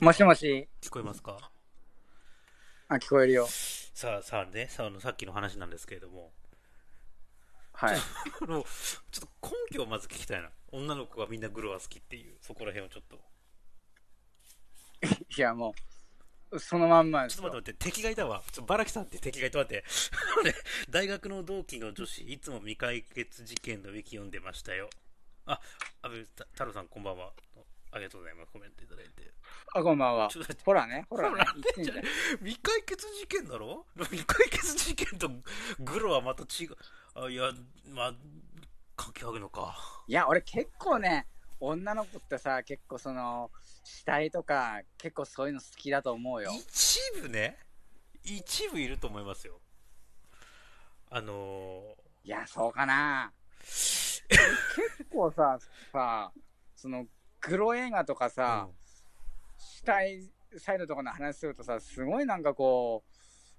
もしもし。聞こえますかあ、聞こえるよ。さあ、さあね、さああの、さっきの話なんですけれども、はい。あの、ちょっと根拠をまず聞きたいな。女の子がみんなグロは好きっていう、そこら辺をちょっと。いや、もう、そのまんまでちすょっと待よ。って待って、敵がいたわ。ちょっとバラキさんって敵がいたわって。あのね大学の同期の女子、いつも未解決事件のウィキ読んでましたよ。あ、安倍た太郎さんこんばんは。ありがとうございます。コメントいただいて。あ、こんばんはちょっと待って。ほらね、ほらほねらね。言ってんじゃん未解決事件だろ未解決事件とグロはまた違う。あ、いや、まあ、関係あるのか。いや、俺結構ね、女の子ってさ、結構その、死体とか、結構そういうの好きだと思うよ。一部ね一部いると思いますよあのいや、そうか な。結構さ、さ、その、グロ映画とかーさ、死体サイドとかの話するとさ、すごいなんかこ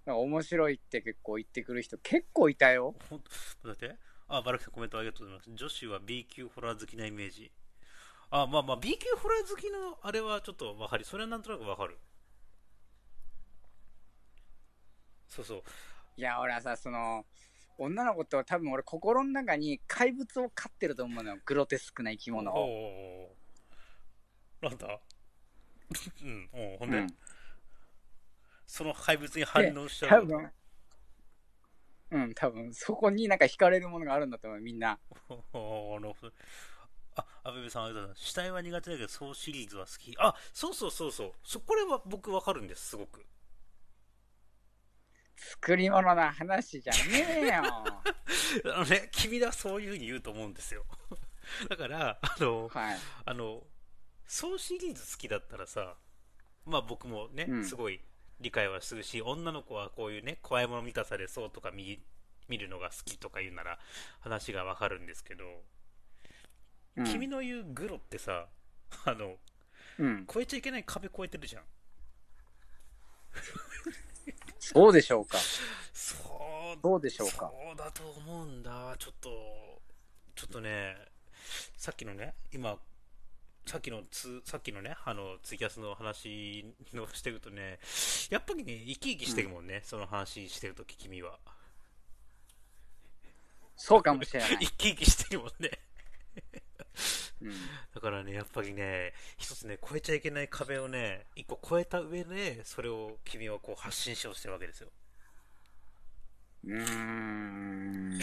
う、なんか面白いって結構言ってくる人結構いたよ。ほんだってあバラクさんコメントありがとうございます女子は B 級ホラー好きなイメージあまあまあ B 級ホラー好きのあれはちょっとわかりそれはなんとなくわかるそうそういや、俺はさ、その、女の子と多分俺心の中に怪物を飼ってると思うのよ。グロテスクな生き物おうを。おうおうな んだうんおうほうんで、ん、その怪物に反応しちゃ多う分。うん、多分そこになんか惹かれるものがあるんだと思う、みんな。おーなるほどあ、安部さんありがとうございます。死体は苦手だけど、そうシリーズは好き。あ、そうそうそうそう。そこれは僕わかるんです、すごく。作り物の話じゃねえ よ。あのね、君はそういうふうに言うと思うんですよ。 だから、あの、はい。あの、そうシリーズ好きだったらさ、まあ僕もねう、んすごい理解はするし、女の子はこういうね、怖いもの見たされそうとか見、見るのが好きとか言うなら、話がわかるんですけど、うん、君の言うグロってさ、あの、うん、超えちゃいけない壁越えてるじゃん。そうでしょうか。そうどうでしょうか。そうだと思うんだちょっとちょっとねさっきのね今さっきのつさっきのねあのツイキャスの話のしてるとねやっぱりね生き生きしてるもんね、その話してるとき君はそうかもしれない 生。き生きしてるもんねうん、だからねやっぱりね一つね越えちゃいけない壁をね一個越えた上でそれを君はこう発信しようとしてるわけですようーん。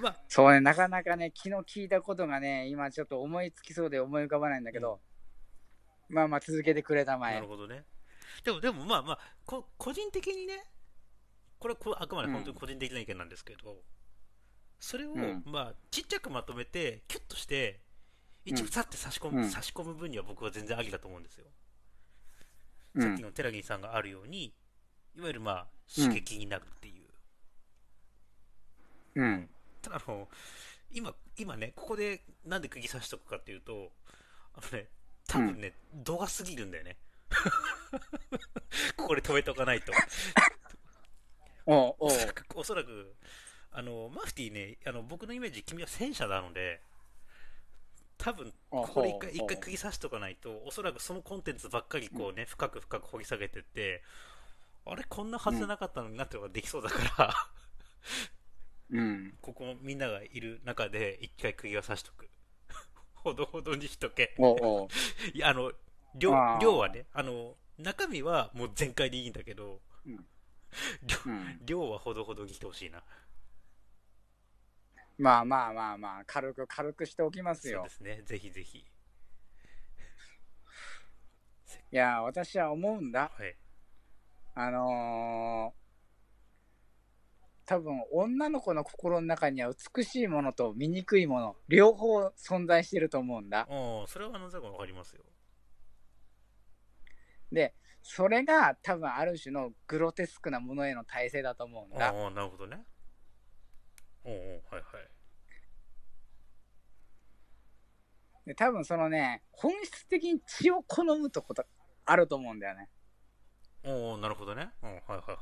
まあそうね、なかなかね、昨日聞いたことがね、今ちょっと思いつきそうで思い浮かばないんだけど、まあまあ続けてくれたまなえる。ほどね。でも、でもまあまあ、こ個人的にね、これはこあくまで本当に個人的な意見なんですけど、それを、うんまあ、ちっちゃくまとめて、キュッとして、一う部んさって差し込む、うん差し込む分には僕は全然ありだと思うんですよ。うさっきん、のテラギンさんがあるように、いわゆるまあ、刺激になるっていう。うん、ただあの、今、今ね、ここでなんで釘刺しとくかっていうと、あのね、多分ね、度が過ぎるんだよね。 ここで止めておかないと。おうおおうそらく、 おそらく、あの、マフティーね、あの、僕のイメージ、君は戦車なので、多分、おここで一回、ほうほ一う回釘刺しとかないと、おそらくそのコンテンツばっかりこうね、深く深く掘り下げてって、あれ、こんなはずじゃなかったのになってのができそうだかうら、ん、 ここみんながいる中で、一回釘は刺しとく。 ほどほどにしとけ。おうおういや、あの、量あ、ー量はね、あの、中身はもう全開でいいんだけど、うん量うん 量はほどほどにしてほしいな。まあまあまあまあ、軽く軽くしておきますそうよで。すね、ぜひぜひ。いや、私は思うんだ。はい。あのー多分女の子の心の中には美しいものと醜いもの、両方存在してると思うんだ。うん、それはなぜかわかりますよ。で、それが多分ある種のグロテスクなものへの体制だと思うんあだ。あ、なるほどね。うんうん、はいはい。で多分そのね、本質的に血を好むとことあると思うんだよね。おおなるほどね。うん、はいはいはい。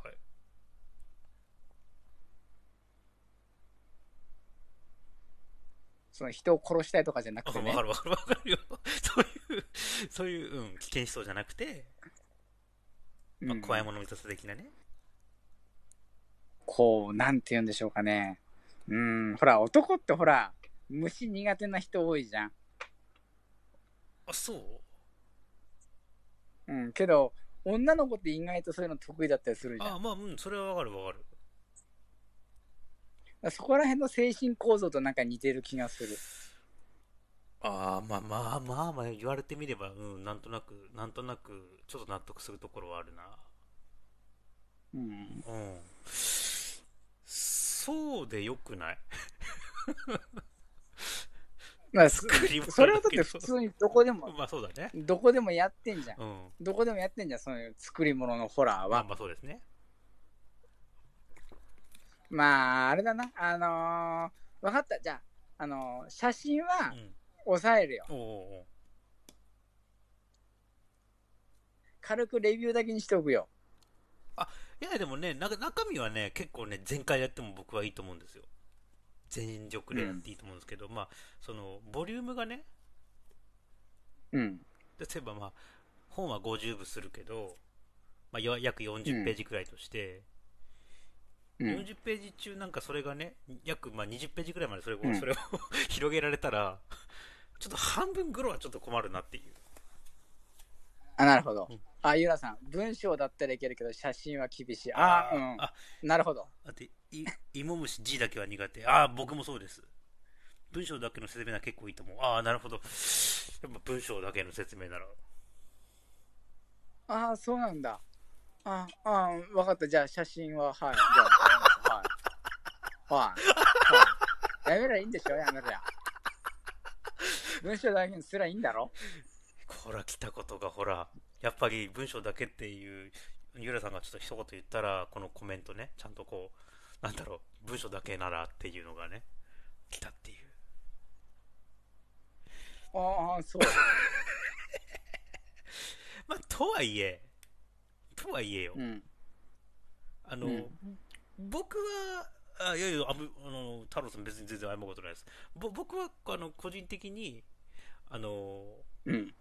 その人を殺したいとかじゃなあくてわね か。るわかるわかるよ。そういう、そういう、うん、危険思想じゃなくて、うまあ、ん怖いもの見たさ的なね。こう、なんて言うんでしょうかね。うん、ほら、男ってほら、虫苦手な人多いじゃん。あ、そううん、けど、女の子って意外とそういうの得意だったりするじゃん。あ、まあ、うん、それはわかるわかる。だからそこら辺の精神構造となんか似てる気がする。ああ、まあまあまあまあ、言われてみれば、うん、なんとなく、なんとなく、ちょっと納得するところはあるな。うん、うん。そうでよく ないまあ、す作り 物それはだっけどて普通にどこでも、まあそうだね。どこでもやってんじゃん。うん。どこでもやってんじゃん、そういう作り物のホラーまあは。まあそうですね。まあ、あれだな。あのー、わかった。じゃあ、あのー写真うはん。抑えるよ。おうおうおう軽くレビューだけにしておくよ。いや、でもね、な中身はね、結構ね、全開でやっても僕はいいと思うんですよ。全力でやっていいと思うんですけど、まあ、その、ボリュームがね、うん。例えばまあ、本は50部するけど、まあ、よ約40ページくらいとして、うん、 40ページ中なんかそれがね、約まあ20ページくらいまでそれを、うんそれを 広げられたら、ちょっと半分ぐらいはちょっと困るなっていう。あ、なるほどうん。あ、ゆらさん、文章だったらいけるけど、写真は厳しい。あーーあ、うん。なるほど。だって、い、 芋虫 G だけは苦手。ああ、僕もそうです。文章だけの説明なら結構いいと思う。ああ、なるほど。やっぱ文章だけの説明なら。ああ、そうなんだ。ああ、うんわかった。じゃあ、写真は、はい。じゃあ、はい。はい。はい、やめりゃいいんでしょやめりゃ。文章だけにすりゃいいんだろほら、来たことがほら。やっぱり文章だけっていう、ゆらさんがちょっと一言言ったら、このコメントね、ちゃんとこう、なんだろう、文章だけならっていうのがね、来たっていう。ああ、そう。まあ、とはいえ、とはいえよ。うん。あの、うん僕は、あいやいや、あぶあの太郎さん、別に全然謝ることないです。ぼ僕はあの個人的に、あのうん。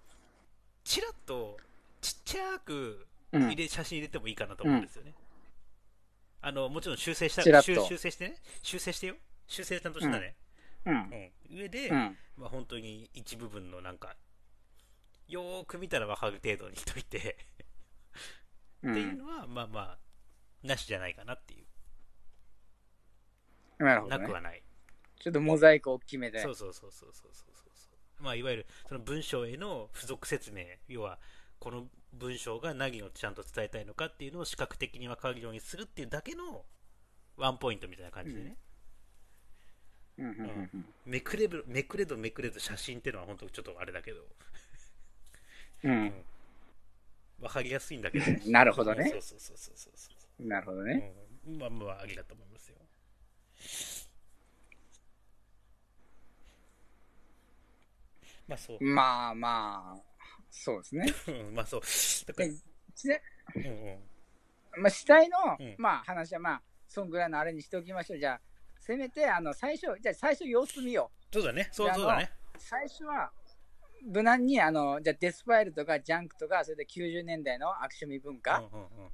ちらっとちっちゃくうん入れ、写真入れてもいいかなと思うんですよね。あのもちろん修正したちらっと修修正してね、修正してよ、修正ちゃんとしたね、うん。うん上で、うん。まあ、本当に一部分のなんか、よーく見たら分かる程度にしといて、う。っていうんのは、まあまあ、なしじゃないかなっていう、なるほど、なねく。はない。ちょっとモザイク大きめで。そうそうそうそうそうそうそうそうまあいわゆるその文章への付属説明要はこの文章が何をちゃんと伝えたいのかっていうのを視覚的に分かるようにするっていうだけのワンポイントみたいな感じでね、うんうんうんうんめくれぶめくれどめくれど写真っていうのは本当ちょっとあれだけどうん。分かりやすいんだけどねなるほどねそうそうそうそうそうそうなるほどね。うん、まあまあありだと思いますよまあそう、 まあまあ、そうですね。うん、まあそうだから、でちなうんうんまあ、死体の、うんまあ話はまあ、そんぐらいのあれにしておきましょう。じゃあ、せめて、あの、最初、じゃあ最初様子見よそうだね、そうでそうだね。う。最初は、無難に、あの、じゃあデスファイルとかジャンクとか、それで90年代のアクション文化うんうんうん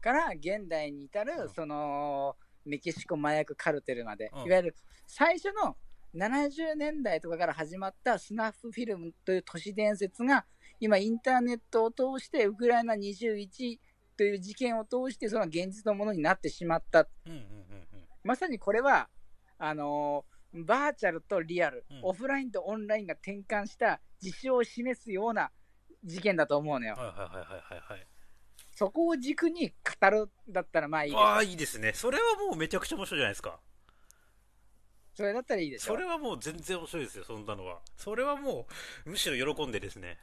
から現代に至る、うんその、メキシコ麻薬カルテルまで、うんいわゆる最初の70年代とかから始まったスナフフィルムという都市伝説が、今インターネットを通して、ウクライナ21という事件を通して、その現実のものになってしまったうんうんうんうんまさにこれは、あのーバーチャルとリアル、うんオフラインとオンラインが転換した事象を示すような事件だと思うのよ。はいはいはいはいはいはい。そこを軸に語るだったらまあいいでああ、いいですね。それはもうめちゃくちゃ面白いじゃないですか。す。それだったらいいでしょそれ。はもう全然面白いですよ、そんなのは。それはもう、むしろ喜んでですね。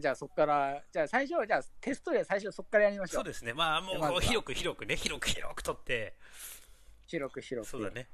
じゃあそこから、じゃあ最初、じゃあテストで最初そこからやりましょそうう。ですね。まあもまずうは広く広くね、広く広く取って、広く広く。そうだね。